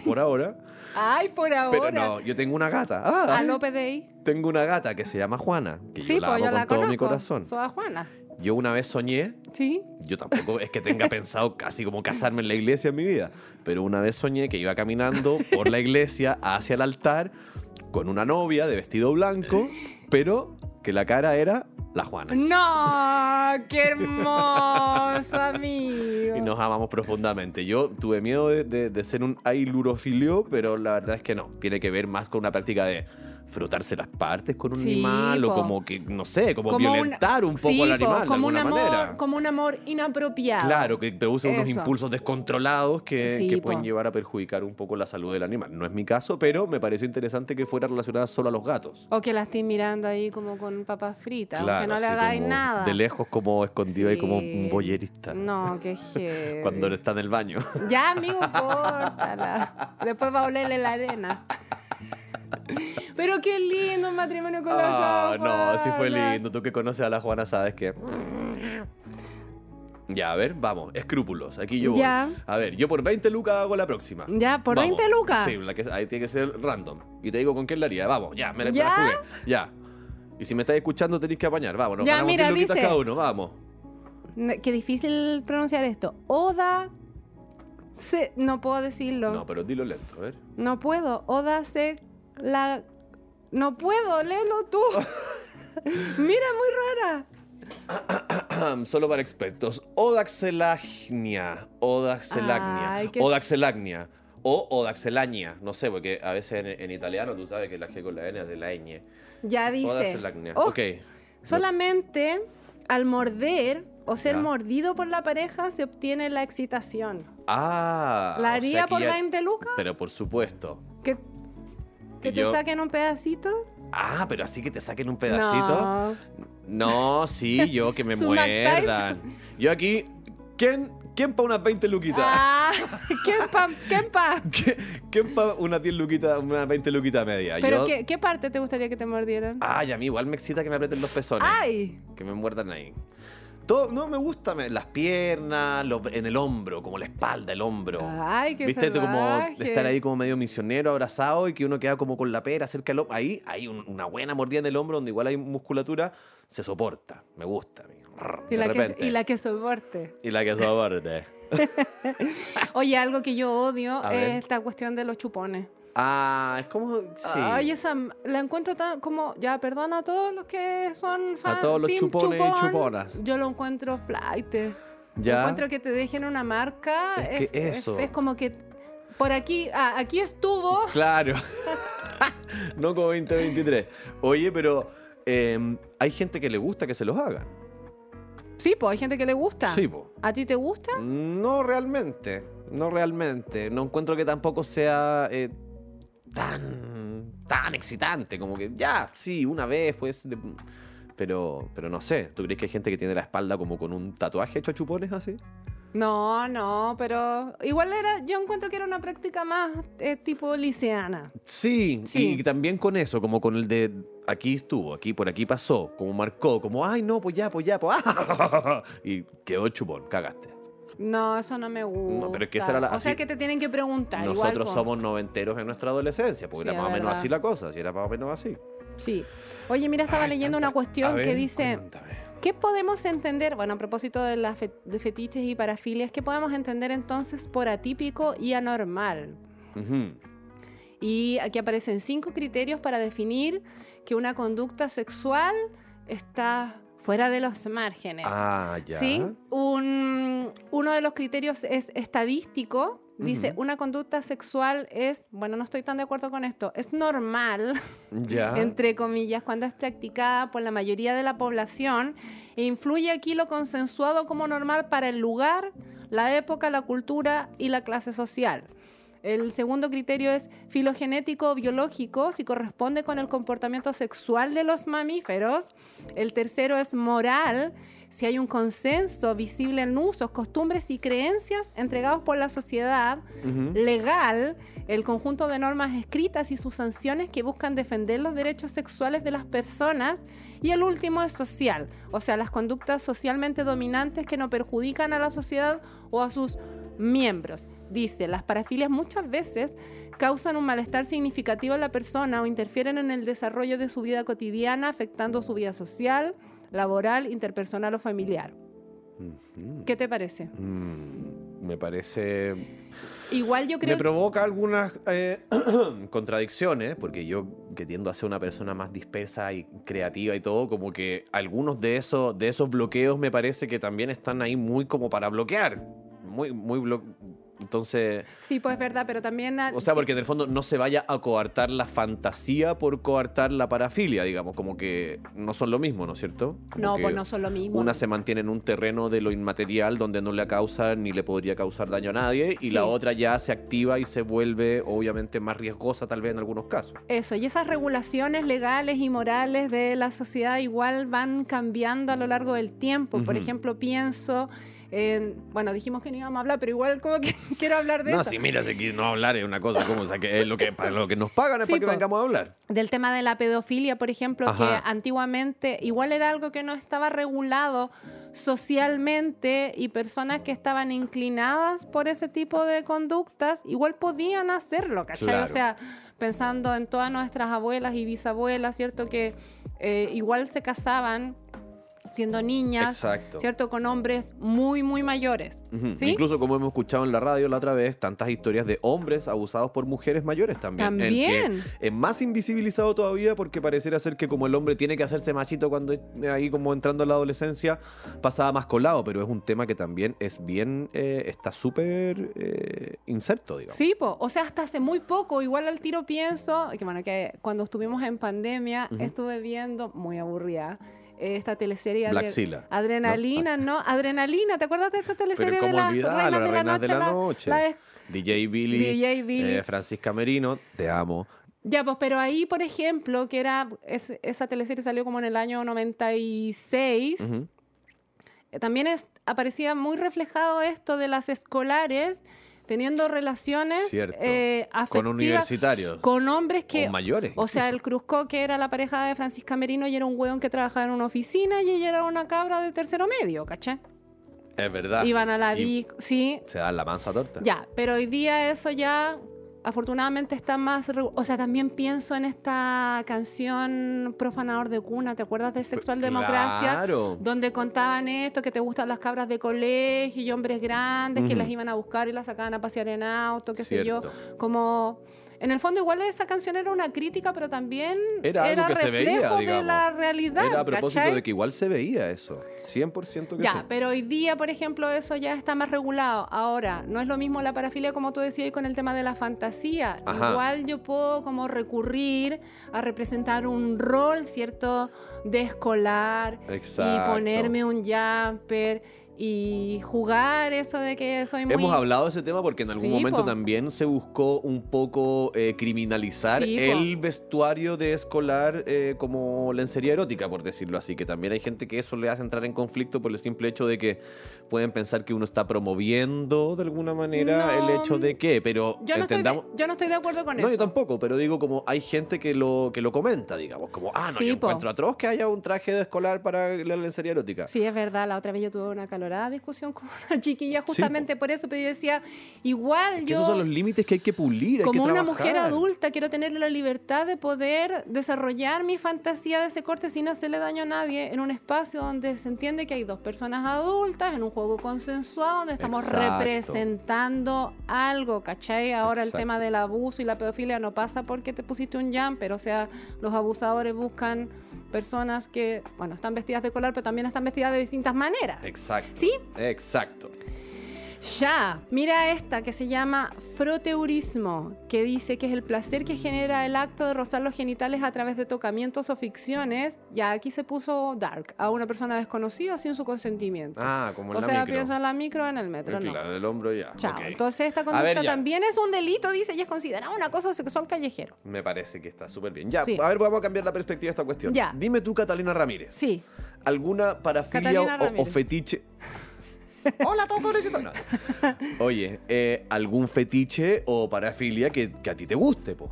por ahora, Ay, por ahora. pero no, yo tengo una gata. Ah, A López de ahí. tengo una gata que se llama Juana, que Sí, yo la pues amo yo con la todo conozco. mi corazón. Soy a Juana. Yo una vez soñé, Sí. yo tampoco es que tenga pensado casi como casarme en la iglesia en mi vida, pero una vez soñé que iba caminando por la iglesia hacia el altar con una novia de vestido blanco, pero que la cara era la Juana. No, qué hermoso, amigo. Y nos amamos profundamente. Yo tuve miedo de, de- de ser un ailurofilio, pero la verdad es que no. Tiene que ver más con una práctica de frotarse las partes con un Sí, animal o po. como que, no sé, como, Como violentar un, poco sí, al po, animal como de alguna un amor, manera. Como un amor inapropiado. Claro, que produce unos Eso. impulsos descontrolados que, Sí, que po. pueden llevar a perjudicar un poco la salud del animal. No es mi caso, pero me pareció interesante que fuera relacionada solo a los gatos. O que la estés mirando ahí como con papas fritas, aunque no le así hagáis como nada. De lejos como escondida y como un Sí. boyerista. No, eh. qué heavy. Cuando está en el baño. Ya, amigo, córtala. Después va a olerle la arena. Pero qué lindo un matrimonio con Ah, la no, sí fue sábana. lindo. Tú que conoces a la Juana sabes que. mm. Ya, a ver, vamos. Escrúpulos. Aquí yo voy. Ya. A ver, yo por 20 lucas hago la próxima. Ya, por Vamos. 20 lucas. Sí, la que, ahí tiene que ser random. Y te digo con quién la haría. Vamos, ya, me la, me la ¿Ya? jugué. Ya. Y si me estás escuchando tenéis que apañar. Vamos, nos Ya, ganamos mira, 10 luquitas dice. cada uno. Vamos. No, Qué difícil pronunciar esto. Oda. Se, no puedo decirlo. No, No, pero dilo lento, a ver. puedo. Oda se. La. No puedo, léelo tú. Mira, muy rara. Solo para expertos. Odaxelagnia. Odaxelagnia. Ay, qué- Odaxelagnia. O odaxelagnia. No sé, porque a veces en, en italiano tú sabes que la G con la N es de la ñ. Ya dice. Odaxelagnia. "Oh, Ok. Solamente al morder o ser Ya. mordido por la pareja se obtiene la excitación. Ah. ¿La o haría sea que por ya- 20 lucas? Pero por supuesto. ¿Que, que te Yo- saquen un pedacito? Ah, pero así que te saquen un pedacito. No. No, sí, yo que me Su Mac Tyson. muerdan. Yo aquí. ¿Quién, quién pa' unas 20 luquitas? Ah, ¿Qué pa? ¿Qué pa? ¿Qué- ¿Quién pa' unas 10 luquitas, unas 20 luquitas media? ¿Pero Ah, Yo- Ah, ¿qué, qué parte te gustaría que te mordieran? Ay, a mí igual me excita que me aprieten los pezones. ¡Ay! Que me muerdan ahí. Todo, no, me gusta me- las piernas, los- en el hombro, como la espalda, el hombro. Ay, qué ¿Viste? Tú como salvaje. estar ahí como medio misionero, abrazado y que uno queda como con la pera cerca del hombro. Ahí hay un- una buena mordida en el hombro donde igual hay musculatura. Se soporta. Me gusta. a mí. Y De la, que, repente. y la que soporte. Y la que soporte. Oye, algo que yo odio A ver. es esta cuestión de los chupones. Ah, es como... Sí. Ay, esa la encuentro tan como ya perdona a todos los que son fans todos los chupones y chuponas. Yo lo encuentro flight. Ya. Encuentro que te dejen una marca Es que eso. es como que por aquí ah, aquí estuvo Claro. no como 2023. Oye, pero eh, hay gente que le gusta que se los hagan. Sí, pues hay gente que le gusta. Sí, po. ¿A ti te gusta? No realmente. No realmente. No encuentro que tampoco sea eh, tan, tan excitante. Como que ya, sí, una vez, pues. de- pero, pero no sé. ¿Tú crees que hay gente que tiene la espalda como con un tatuaje hecho a chupones así? No, no, pero igual era yo encuentro que era una práctica más eh, tipo liceana. Sí, Sí. y también con eso, como con el de aquí estuvo, aquí por aquí pasó, como marcó, como ay no, pues ya, pues ya, pues ah", y quedó chupón, cagaste. No, eso no me gusta. No, pero es que esa era la- O sea así- que te tienen que preguntar. igual, Nosotros po. somos noventeros en nuestra adolescencia, porque Sí, era es más o menos verdad. así la cosa, si era más o menos así. Sí. Oye, mira, estaba Ay, leyendo tanta- una cuestión a ver, que dice, cuéntame. ¿qué podemos entender? Bueno, a propósito de las fe- de fetiches y parafilias, ¿qué podemos entender entonces por atípico y anormal? Ujú. Y aquí aparecen cinco criterios para definir que una conducta sexual está fuera de los márgenes. Ah, ya. ¿Sí? Un- uno de los criterios es estadístico. Dice, Ujú. una conducta sexual es, bueno, no estoy tan de acuerdo con esto, es normal Ya. entre comillas, cuando es practicada por la mayoría de la población, e influye aquí lo consensuado como normal para el lugar, la época, la cultura y la clase social. El segundo criterio es filogenético o biológico, si corresponde con el comportamiento sexual de los mamíferos. El tercero es moral, si hay un consenso visible en usos, costumbres y creencias entregados por la sociedad Ujú. legal el conjunto de normas escritas y sus sanciones que buscan defender los derechos sexuales de las personas y el último es social, o sea, las conductas socialmente dominantes que no perjudican a la sociedad o a sus miembros. Dice, las parafilias muchas veces causan un malestar significativo a la persona o interfieren en el desarrollo de su vida cotidiana, afectando su vida social, laboral, interpersonal o familiar. Ujú. ¿Qué te parece? Mm, me parece Igual yo Me creo provoca algunas eh, contradicciones, porque yo que tiendo a ser una persona más dispersa y creativa y todo, como que algunos de esos, de esos bloqueos me parece que también están ahí muy como para bloquear. Muy, muy blo- Entonces, Sí, pues es verdad, pero también... ah, o sea, porque en el fondo no se vaya a coartar la fantasía por coartar la parafilia, digamos, como que no son lo mismo, ¿no es cierto? Como No, que pues no son lo mismo. Una se mantiene en un terreno de lo inmaterial donde no le causa ni le podría causar daño a nadie y la Sí. otra ya se activa y se vuelve obviamente más riesgosa tal vez en algunos casos. Eso, y esas regulaciones legales y morales de la sociedad igual van cambiando a lo largo del tiempo. Por Ujú. ejemplo, pienso en, bueno, dijimos que no íbamos a hablar, pero igual como que quiero hablar de No, eso. sí, mira, si no hablar es una cosa como, o sea, que es lo que, para lo que nos pagan es Sí, para que po. vengamos a hablar. Del tema de la pedofilia, por ejemplo, Ajá. que antiguamente igual era algo que no estaba regulado socialmente y personas que estaban inclinadas por ese tipo de conductas igual podían hacerlo, ¿cachai? Claro. O sea, pensando en todas nuestras abuelas y bisabuelas, ¿cierto? Que eh, igual se casaban siendo niñas, Exacto. ¿cierto? Con hombres muy, muy mayores. Ujú. ¿sí? Incluso como hemos escuchado en la radio la otra vez, tantas historias de hombres abusados por mujeres mayores también. en que También. es más invisibilizado todavía porque pareciera ser que como el hombre tiene que hacerse machito cuando es- ahí como entrando a la adolescencia pasaba más colado, pero es un tema que también es bien, eh, está súper eh, inserto, digamos. Sí, po. o sea, hasta hace muy poco, igual al tiro pienso, que bueno, que cuando estuvimos en pandemia Ujú. estuve viendo, muy aburrida, eh, esta teleserie Black Adre- Silla. Adrenalina, ¿no? Adrenalina, ¿te acuerdas de esta teleserie Pero de cómo las olvidar Reinas de las la reinas Noche? de la La- noche. la de- DJ Billy, DJ Billy. eh, Francisca Merino, te amo. Ya, pues, pero ahí, por ejemplo, que era, es- esa teleserie salió como en el año 96, Ujú. eh, también es- aparecía muy reflejado esto de las escolares teniendo relaciones Cierto. eh, Con afectivas universitarios. con hombres que O mayores, o sea incluso. el Cruzco que era la pareja de Francisca Merino y era un hueón que trabajaba en una oficina y ella era una cabra de tercero medio ¿caché? Es verdad. iban a la Ah, Y disco sí Se dan la mansa torta. ya pero hoy día eso ya afortunadamente está más regu- o sea también pienso en esta canción profanador de cuna ¿te acuerdas de Sexual Democracia? Claro. donde contaban esto, que te gustan las cabras de colegio y hombres grandes que Ujú. las iban a buscar y las sacaban a pasear en auto, qué sé Cierto. yo. Como, en el fondo igual esa canción era una crítica, pero también Era algo que se reflejo veía, de digamos. la realidad. Era a propósito ¿cachai? de que igual se veía eso. 100% que Ya, sí. pero hoy día, por ejemplo, eso ya está más regulado. Ahora, no es lo mismo la parafilia como tú decías y con el tema de la fantasía. Ajá. Igual yo puedo como recurrir a representar un rol, ¿cierto? De escolar Exacto. y ponerme un jumper y jugar eso de que soy muy... Hemos hablado de ese tema porque en algún Sí, momento po. también se buscó un poco eh, criminalizar Sí, po. el vestuario de escolar eh, como lencería erótica, por decirlo así. Que también hay gente que eso le hace entrar en conflicto por el simple hecho de que pueden pensar que uno está promoviendo de alguna manera No, el hecho de que, pero Yo no, estoy de, entendamos. yo no estoy de acuerdo con No, yo eso. tampoco, pero digo como hay gente que lo, que lo comenta, digamos, como, ah, no, Sí, yo po. encuentro atroz que haya un traje de escolar para la lencería erótica. Sí, es verdad, la otra vez yo tuve una calorada discusión con una chiquilla po. justamente por eso, pero yo decía, igual Que yo... esos son los límites que hay que pulir. hay que Como una trabajar. mujer adulta, quiero tener la libertad de poder desarrollar mi fantasía de ese corte sin hacerle daño a nadie en un espacio donde se entiende que hay dos personas adultas, en un juego consensuado, donde estamos Exacto. representando algo, ¿cachai? Ahora Exacto. el tema del abuso y la pedofilia no pasa porque te pusiste un jumper, o sea, los abusadores buscan personas que, bueno, están vestidas de color, pero también están vestidas de distintas maneras. Exacto. ¿Sí? Exacto. Ya, mira esta que se llama froteurismo, que dice que es el placer que genera el acto de rozar los genitales a través de tocamientos o ficciones. Ya aquí se puso dark, a una persona desconocida sin su consentimiento. Ah, como en o la sea, micro. pienso en la micro, en el metro, no. Claro, del hombro ya. Chao. ok. Entonces esta A ver, conducta ya. también es un delito, dice, y es considerada un acoso sexual callejero. Me parece que está súper bien. Ya, Sí. a ver, vamos a cambiar la perspectiva de esta cuestión. Ya. Dime tú, Catalina Ramírez, Sí, ¿alguna parafilia Catalina o- o, Ramírez. fetiche? Hola, todos necesito. No. Oye, eh, ¿algún fetiche o parafilia que, que a ti te guste, po?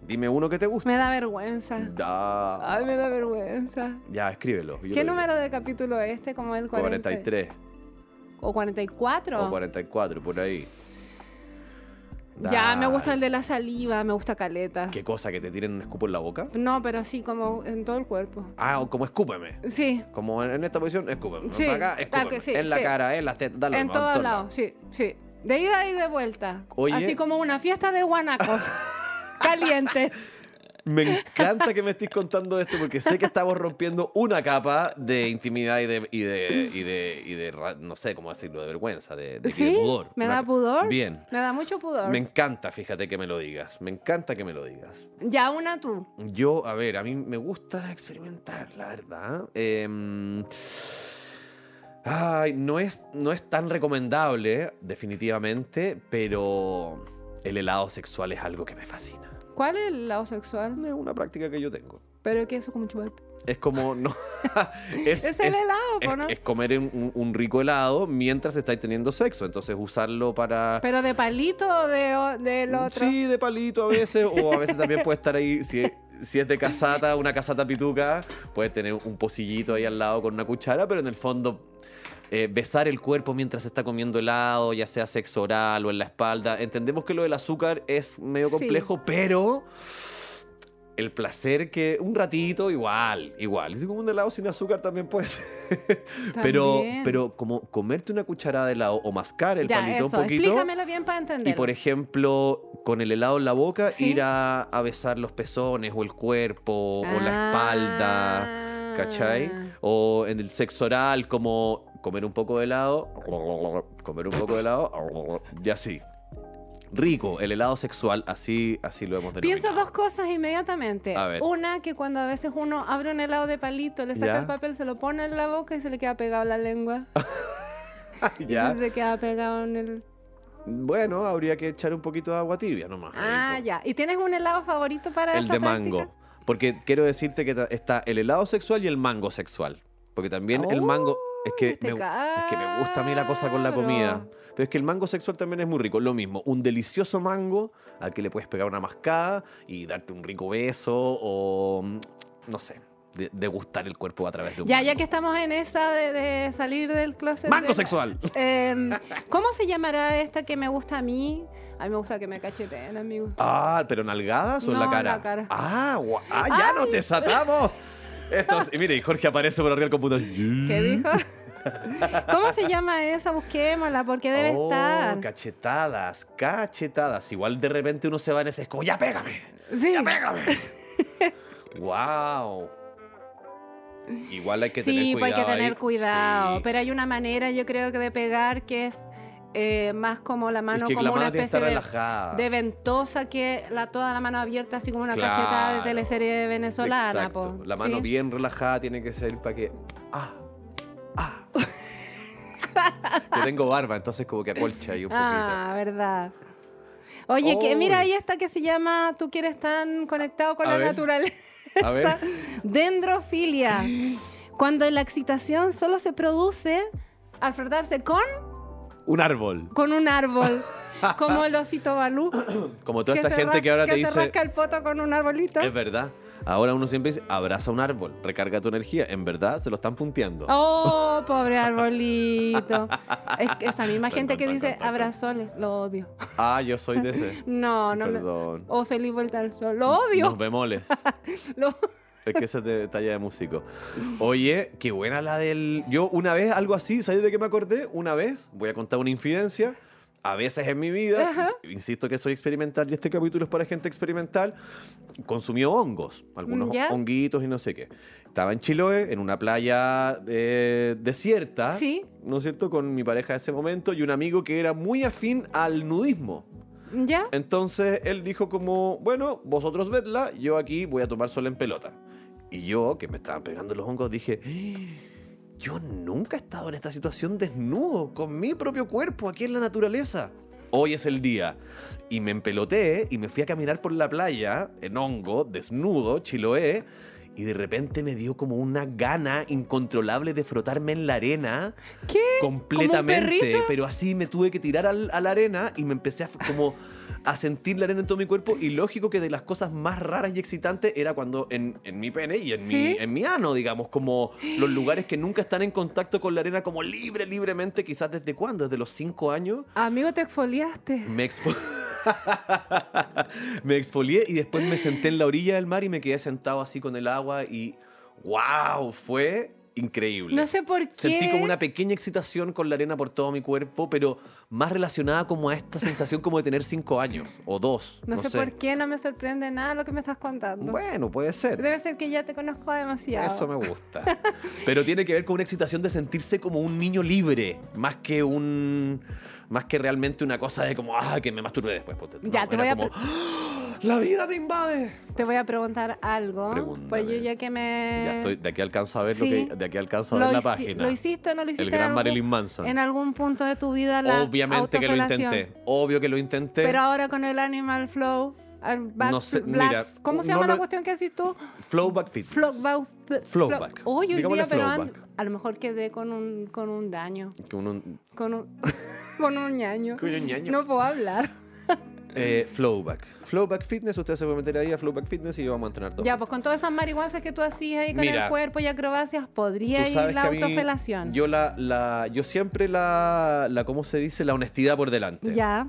Dime uno que te guste. me da vergüenza. Da. Ay, me da vergüenza. Ya, escríbelo. yo ¿Qué lo digo. número de capítulo es este? Como el 40 43 ¿O 44? o 44, por ahí. Ya, me gusta Da. el de la saliva, me gusta caleta. ¿Qué cosa? ¿Que te tiren un escupo en la boca? No, pero sí, como en todo el cuerpo. Ah, o como escúpeme. Sí, Como en, en esta posición, escúpeme. Sí, Para acá, escúpeme. ah, que sí, en la sí. cara, en las tetas, dale. en todos lados, sí, sí. De ida y de vuelta. Oye. Así como una fiesta de guanacos calientes. Me encanta que me estés contando esto porque sé que estamos rompiendo una capa de intimidad y de, y de, y de, y de ra- no sé cómo decirlo, de vergüenza, de, de- de ¿Sí? pudor. ¿Me Una da co- pudor? Bien. Me da mucho pudor. Me encanta, fíjate que me lo digas. Me encanta que me lo digas. ya una tú. Yo, a ver, a mí me gusta experimentar, la verdad. Em, ay, no es, no es tan recomendable, definitivamente, pero el helado sexual es algo que me fascina. ¿Cuál es el lado sexual? Es una práctica que yo tengo. Pero que eso como chupar. Es como, no. es, Es el helado, po, es- ¿no? es comer un, un rico helado mientras estáis teniendo sexo. Entonces, usarlo para. Pero de palito o de, o- del otro. Ah. Sí, de palito a veces, o a veces también puede estar ahí, si es, si es de casata, una casata pituca, puede tener un pocillito ahí al lado con una cuchara, pero en el fondo eh, besar el cuerpo mientras se está comiendo helado, ya sea sexo oral o en la espalda. Entendemos que lo del azúcar es medio Sí. complejo, pero el placer que un ratito igual, igual. Y si como un helado sin azúcar también puede ser. Pero, También. pero como comerte una cucharada de helado o mascar el ya, palito eso, un poquito. explícamelo bien para entender. Y por ejemplo, con el helado en la boca, Sí. ir a, a besar los pezones o el cuerpo o la espalda, ¿cachai? Ah. O en el sexo oral, como comer un poco de helado, comer un poco de helado, y así. Rico, el helado sexual, así, así lo hemos denominado. Piensa dos cosas inmediatamente. A ver. Una, que cuando a veces uno abre un helado de palito, le saca Ya. el papel, se lo pone en la boca y se le queda pegado la lengua. Ya. Y se queda pegado en el... Bueno, habría que echar un poquito de agua tibia nomás. ahí, Ah, po. ya. ¿Y tienes un helado favorito para El esta de práctica? mango. Porque quiero decirte que ta- está el helado sexual y el mango sexual. Porque también el Oh, mango. Es que, este ah, me, es que me gusta a mí la cosa con la cabro. comida. Pero es que el mango sexual también es muy rico. Lo mismo, un delicioso mango al que le puedes pegar una mascada y darte un rico beso o. mm, No sé, de- degustar el cuerpo a través de un. Ya, mango. ya que estamos en esa de, de salir del closet. ¡Mango de- sexual! Em, ¿Cómo se llamará esta que me gusta a mí? A mí me gusta que me cacheteen, amigo. Ah, pero nalgadas o en No, la en cara. la cara. Ah, gua- ah, ya nos desatamos. Esto es- y mire, y Jorge aparece por arriba del computador. ¿Qué Mm. dijo? ¿Cómo se llama esa? Busquémosla, porque debe Oh, estar. Cachetadas, cachetadas. Igual de repente uno se va en ese, es como, ya pégame, Sí. ya pégame. wow. Igual hay que tener Sí, cuidado. pues hay que ahí. tener cuidado. Sí. Pero hay una manera, yo creo que de pegar que es eh, más como la mano, es que como la mano una tiene que especie estar de, relajada. de ventosa que la toda la mano abierta, así como una cachetada de Claro. teleserie venezolana. Exacto. po, La mano ¿sí? bien relajada tiene que ser para que. Ah, ah. Yo tengo barba, entonces como que acolcha ahí un poquito. Oh. Ah, verdad. Oye, que mira, ahí está que se llama Tú quieres tan conectado con A la ver. naturaleza. A ver. Dendrofilia. Cuando la excitación solo se produce al frotarse con, Un árbol. con un árbol. Como el osito balú. Como toda esta se gente ras- que ahora te se dice. rasca el poto con un arbolito. Es verdad. Ahora uno siempre dice, abraza un árbol, recarga tu energía. En verdad, se lo están punteando. Oh, pobre arbolito. Es que esa misma Tan, gente tan, que tan, dice tan, tan, tan. abrazoles, lo odio. Ah, yo soy de ese. No, no. me- Perdón. O feliz vuelta al sol, lo odio. Los bemoles. Lo- Es que esa es de talla de músico. Oye, qué buena la del... Yo una vez, algo así, ¿sabes de qué me acordé? Una vez, voy a contar una infidencia. A veces en mi vida, insisto que soy experimental y este capítulo es para gente experimental, consumió hongos, algunos ¿Ya? honguitos y no sé qué. Estaba en Chiloé, en una playa eh, desierta, Sí. ¿no es cierto?, con mi pareja de ese momento y un amigo que era muy afín al nudismo. ¿Ya? Entonces él dijo como, bueno, vosotros vedla, yo aquí voy a tomar sol en pelota. Y yo, que me estaban pegando los hongos, dije, "Eh, yo nunca he estado en esta situación desnudo, con mi propio cuerpo, aquí en la naturaleza. Hoy es el día. Y me empeloté y me fui a caminar por la playa, en hongo, desnudo, chiloé. Y de repente me dio como una gana incontrolable de frotarme en la arena ¿Qué? completamente, perrito? pero así me tuve que tirar al- a la arena y me empecé a f- como a sentir la arena en todo mi cuerpo y lógico que de las cosas más raras y excitantes era cuando en, en mi pene y en, ¿Sí? mi, en mi ano, digamos, como los lugares que nunca están en contacto con la arena como libre, libremente, quizás desde cuándo, desde los cinco años, Amigo, te exfoliaste. me expo- me exfolié y después me senté en la orilla del mar y me quedé sentado así con el agua y wow, fue increíble. No sé por qué. Sentí como una pequeña excitación con la arena por todo mi cuerpo, pero más relacionada como a esta sensación como de tener cinco años o dos. No, sé, por qué, no me sorprende nada lo que me estás contando. Bueno, puede ser. Debe ser que ya te conozco demasiado. Eso me gusta. Pero tiene que ver con una excitación de sentirse como un niño libre, más que un más que realmente una cosa de como ah, que me masturbe después. ponte tú. Ya, No, te era voy a como, pre- ¡Ah! la vida me invade. Te voy a preguntar algo. Pregúntame. Pues yo ya que me. Ya estoy, de aquí alcanzo a ver Sí. lo que de aquí alcanzo a Lo ver la hici- página. ¿Lo hiciste o no lo hiciste? el en gran algún- Marilyn Manson. En algún punto de tu vida la Obviamente que lo autofelación. intenté. Obvio que lo intenté. Pero ahora con el Animal Flow. al back- No sé, black- mira, ¿Cómo se no llama la lo- cuestión que haces tú? Flowback Fitness. Flowback. Flowback. Hoy, hoy Digámosle día, pero an- flowback. a lo mejor quedé con un, con un daño. Que uno- Con un, con un ñaño. Con un ñaño. No puedo hablar. eh, flowback. Flowback Fitness, usted se puede meter ahí a Flowback Fitness y vamos a entrenar todo. Ya, pues con todas esas marihuanas que tú hacías ahí con Mira. el cuerpo y acrobacias, podría Tú ir sabes la que a mí- autofelación. Yo la, la- yo siempre la, la, ¿cómo se dice? La honestidad por delante. Ya.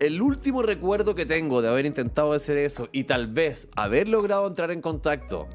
el último recuerdo que tengo de haber intentado hacer eso y tal vez haber logrado entrar en contacto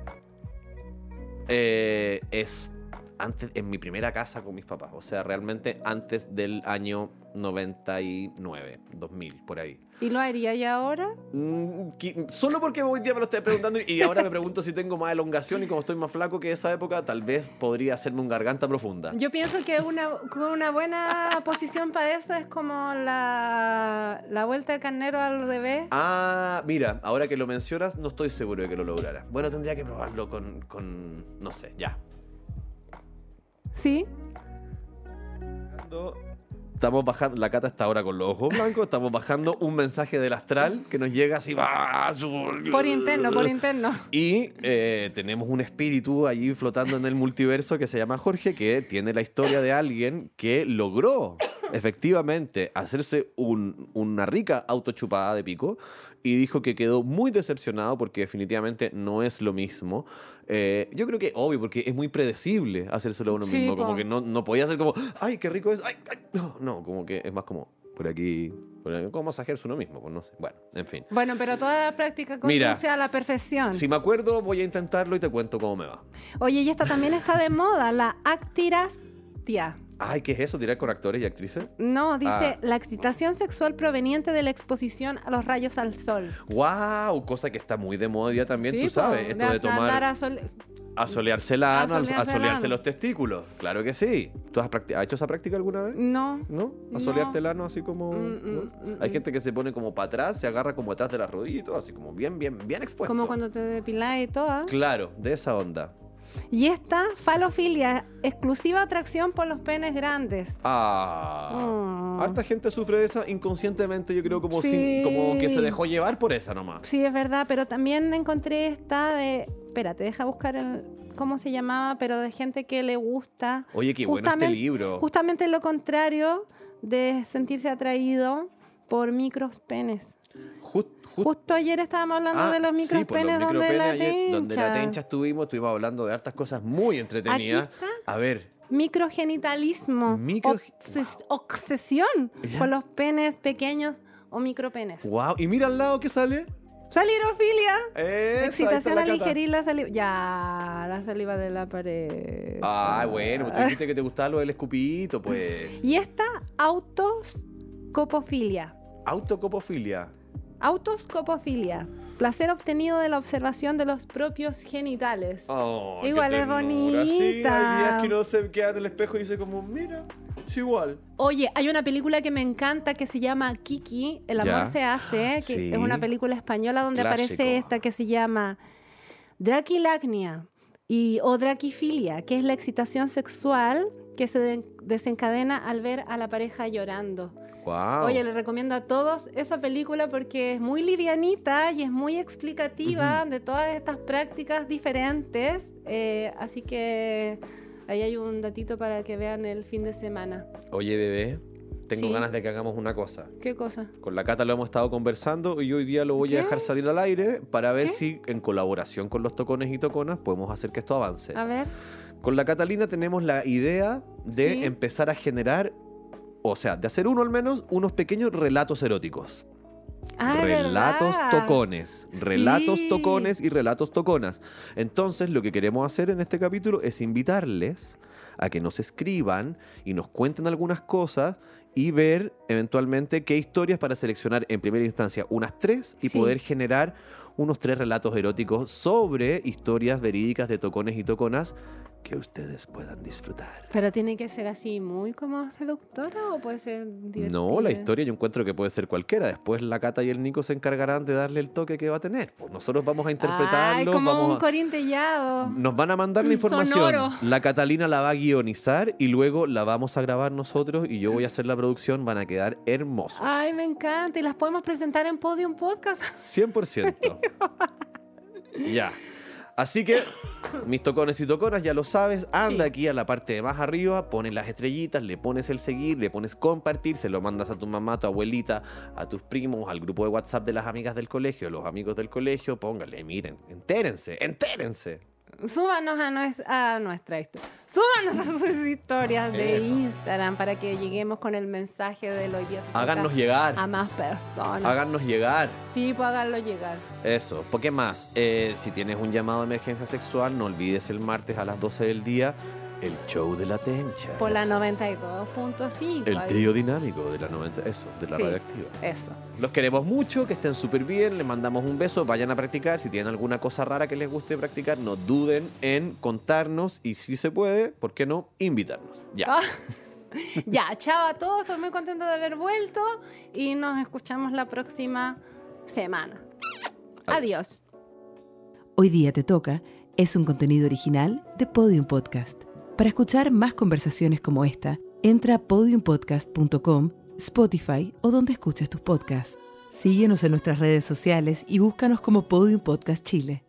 eh, es antes en mi primera casa con mis papás, o sea, realmente antes del año 99, 2000, por ahí. ¿Y lo haría ya ahora? Mm, qui- Solo porque hoy día me lo estoy preguntando y ahora me pregunto si tengo más elongación y como estoy más flaco que esa época, tal vez podría hacerme un garganta profunda. Yo pienso que una, una buena posición para eso es como la, la vuelta de carnero al revés. Ah, mira, ahora que lo mencionas, no estoy seguro de que lo lograra. Bueno, tendría que probarlo con, con no sé, ya. ¿Sí? Estamos bajando, la cata está ahora con los ojos blancos, estamos bajando un mensaje del astral que nos llega así. va, su- Por interno, por interno. Y eh, tenemos un espíritu allí flotando en el multiverso que se llama Jorge, que tiene la historia de alguien que logró efectivamente hacerse un- una rica autochupada de pico y dijo que quedó muy decepcionado porque definitivamente no es lo mismo. Eh, yo creo que obvio, porque es muy predecible hacérselo a uno Sí, mismo, como po. que no, no podía ser como, ay, qué rico es, ay, ay", no, no, como que es más como, por aquí, por aquí, como masajearse uno mismo, pues no sé. Bueno, en fin. Bueno, pero toda la práctica conduce Mira. a la perfección. Si me acuerdo, voy a intentarlo y te cuento cómo me va. Oye, y esta también está de moda, la actirastia. Ay, ¿qué es eso? ¿Tirar con actores y actrices? No, dice Ah. la excitación sexual proveniente de la exposición a los rayos al sol. ¡Wow! Cosa que está muy de moda ya también, Sí, tú po, sabes. Esto de andar tomar. a sol- Asolearse la ano, asolearse el asolearse ano. los testículos. Claro que sí. ¿Tú has, practi- has hecho esa práctica alguna vez? No. ¿No? No. Asolearte el ano así como. Mm, ¿no? mm, mm, Hay mm. gente que se pone como para atrás, se agarra como atrás de las rodillas y todo, así como bien, bien, bien expuesto. Como cuando te depilás y todo. Claro, de esa onda. Y esta falofilia, exclusiva atracción por los penes grandes. Ah. Oh. Harta gente sufre de esa inconscientemente, yo creo, como, Sí. sin- como que se dejó llevar por esa nomás. Sí, es verdad, pero también encontré esta de. Espérate, deja buscar el, cómo se llamaba, pero de gente que le gusta. Oye, qué bueno este libro. Justamente lo contrario de sentirse atraído por micros penes. Jus- jus- Justo ayer estábamos hablando Ah, de los sí, micros pues, los penes donde, micropenes la ayer- donde la tencha. tencha estuvimos, estuvimos hablando de hartas cosas muy entretenidas. Aquí está. A ver, Microgenitalismo. Micro- Obses- Obsesión Ya. con los penes pequeños o micropenes. wow. Y mira al lado que sale. Salirofilia. Esa, Excitación ahí al está la cata. ingerir la saliva. Ya, la saliva de la pared. Ah, bueno, tú dijiste que te gustaba lo del escupito, pues. Y esta, autoscopofilia. Autocopofilia. Autoscopofilia. Placer obtenido de la observación de los propios genitales. Oh, qué Igual es ternura. Sí, hay días bonita. que uno se queda en el espejo y dice como, mira, es igual. Oye, hay una película que me encanta que se llama Kiki, El Ya. Ah, amor se hace, que Sí. es una película española donde aparece Clásico. esta que se llama Draquilacnia y, o Draquifilia, que es la excitación sexual que se de- desencadena al ver a la pareja llorando. Wow. Oye, les recomiendo a todos esa película porque es muy livianita y es muy explicativa de todas estas prácticas diferentes. eh, así que ahí hay un datito para que vean el fin de semana. Oye, bebé, tengo Sí. ganas de que hagamos una cosa. ¿Qué cosa? Con la Cata lo hemos estado conversando y hoy día lo voy ¿Qué? a dejar salir al aire para ver ¿Qué? si en colaboración con los tocones y toconas podemos hacer que esto avance. A ver. Con la Catalina tenemos la idea de Sí. empezar a generar, o sea, de hacer uno al menos, unos pequeños relatos eróticos. Ah, es relatos verdad. tocones, relatos Sí. tocones y relatos toconas. Entonces, lo que queremos hacer en este capítulo es invitarles a que nos escriban y nos cuenten algunas cosas y ver eventualmente qué historias para seleccionar en primera instancia unas tres y Sí. poder generar unos tres relatos eróticos sobre historias verídicas de tocones y toconas que ustedes puedan disfrutar. Pero tiene que ser así muy como seductora o puede ser divertida. No, la historia yo encuentro que puede ser cualquiera. Después la Cata y el Nico se encargarán de darle el toque que va a tener. Pues nosotros vamos a Ay, interpretarlo. como vamos un a- Mm. corintellado. Nos van a mandar la información. Sonoro. La Catalina la va a guionizar y luego la vamos a grabar nosotros y yo voy a hacer la producción. Van a quedar hermosos. Ay, me encanta. Y las podemos presentar en Podium Podcast. 100%. ya. Así que, mis tocones y toconas, ya lo sabes, anda Sí. aquí a la parte de más arriba, pones las estrellitas, le pones el seguir, le pones compartir, se lo mandas a tu mamá, a tu abuelita, a tus primos, al grupo de WhatsApp de las amigas del colegio, los amigos del colegio, póngale, miren, entérense, entérense. Súbanos a, nues- a nuestra historia. Súbanos a sus historias de Eso. Instagram para que lleguemos con el mensaje de los Háganos llegar. A más personas. Háganos llegar. Sí, pues háganlo llegar. Eso. ¿Por qué más? Eh, si tienes un llamado de emergencia sexual, no olvides el martes a las 12 del día el show de la tencha. Por la Eso. 92.5. El ahí. trío dinámico de la 90, eso, de la Sí, radioactiva. Eso. Los queremos mucho, que estén súper bien, les mandamos un beso, vayan a practicar. Si tienen alguna cosa rara que les guste practicar, no duden en contarnos y si se puede, ¿por qué no? Invitarnos. Ya. Ah. ya, chao a todos. Estoy muy contenta de haber vuelto y nos escuchamos la próxima semana. Adiós. Hoy día te toca es un contenido original de Podium Podcast. Para escuchar más conversaciones como esta, entra a podiumpodcast.com, Spotify o donde escuches tus podcasts. Síguenos en nuestras redes sociales y búscanos como Podium Podcast Chile.